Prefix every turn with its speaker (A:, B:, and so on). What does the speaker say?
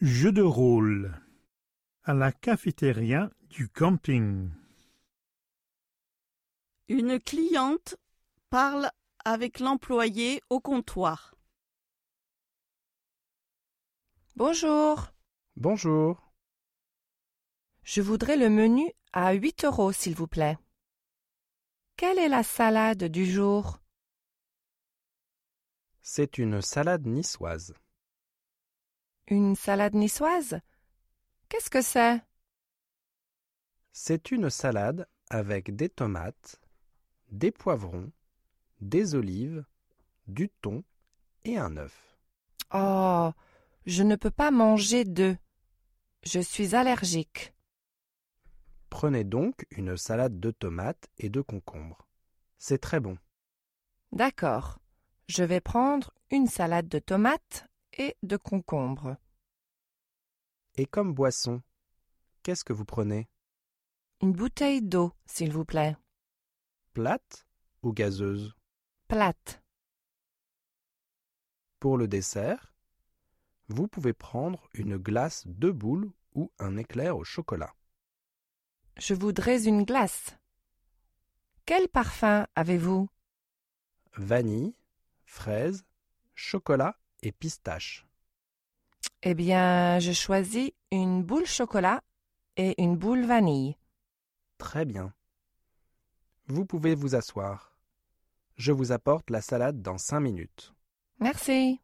A: Jeu de rôle à la cafétéria du camping.
B: Une cliente parle avec l'employé au comptoir.
C: Bonjour,
D: Bonjour.
C: je voudrais le menu à 8 euros, s'il vous plaît. Quelle est la salade du jour
D: C'est une salade niçoise.
C: Une salade niçoise Qu'est-ce que c'est
D: C'est une salade avec des tomates, des poivrons, des olives, du thon et un œuf.
C: Oh, je ne peux pas manger d'œufs. Je suis allergique.
D: Prenez donc une salade de tomates et de concombres. C'est très bon.
C: D'accord. Je vais prendre une salade de tomates et de concombres.
D: Et comme boisson, qu'est-ce que vous prenez
C: Une bouteille d'eau, s'il vous plaît.
D: Plate ou gazeuse
C: Plate.
D: Pour le dessert, vous pouvez prendre une glace de boules ou un éclair au chocolat.
C: Je voudrais une glace. Quel parfum avez-vous
D: Vanille, fraise, chocolat et pistache.
C: Eh bien, je choisis une boule chocolat et une boule vanille.
D: Très bien. Vous pouvez vous asseoir. Je vous apporte la salade dans cinq minutes.
C: Merci.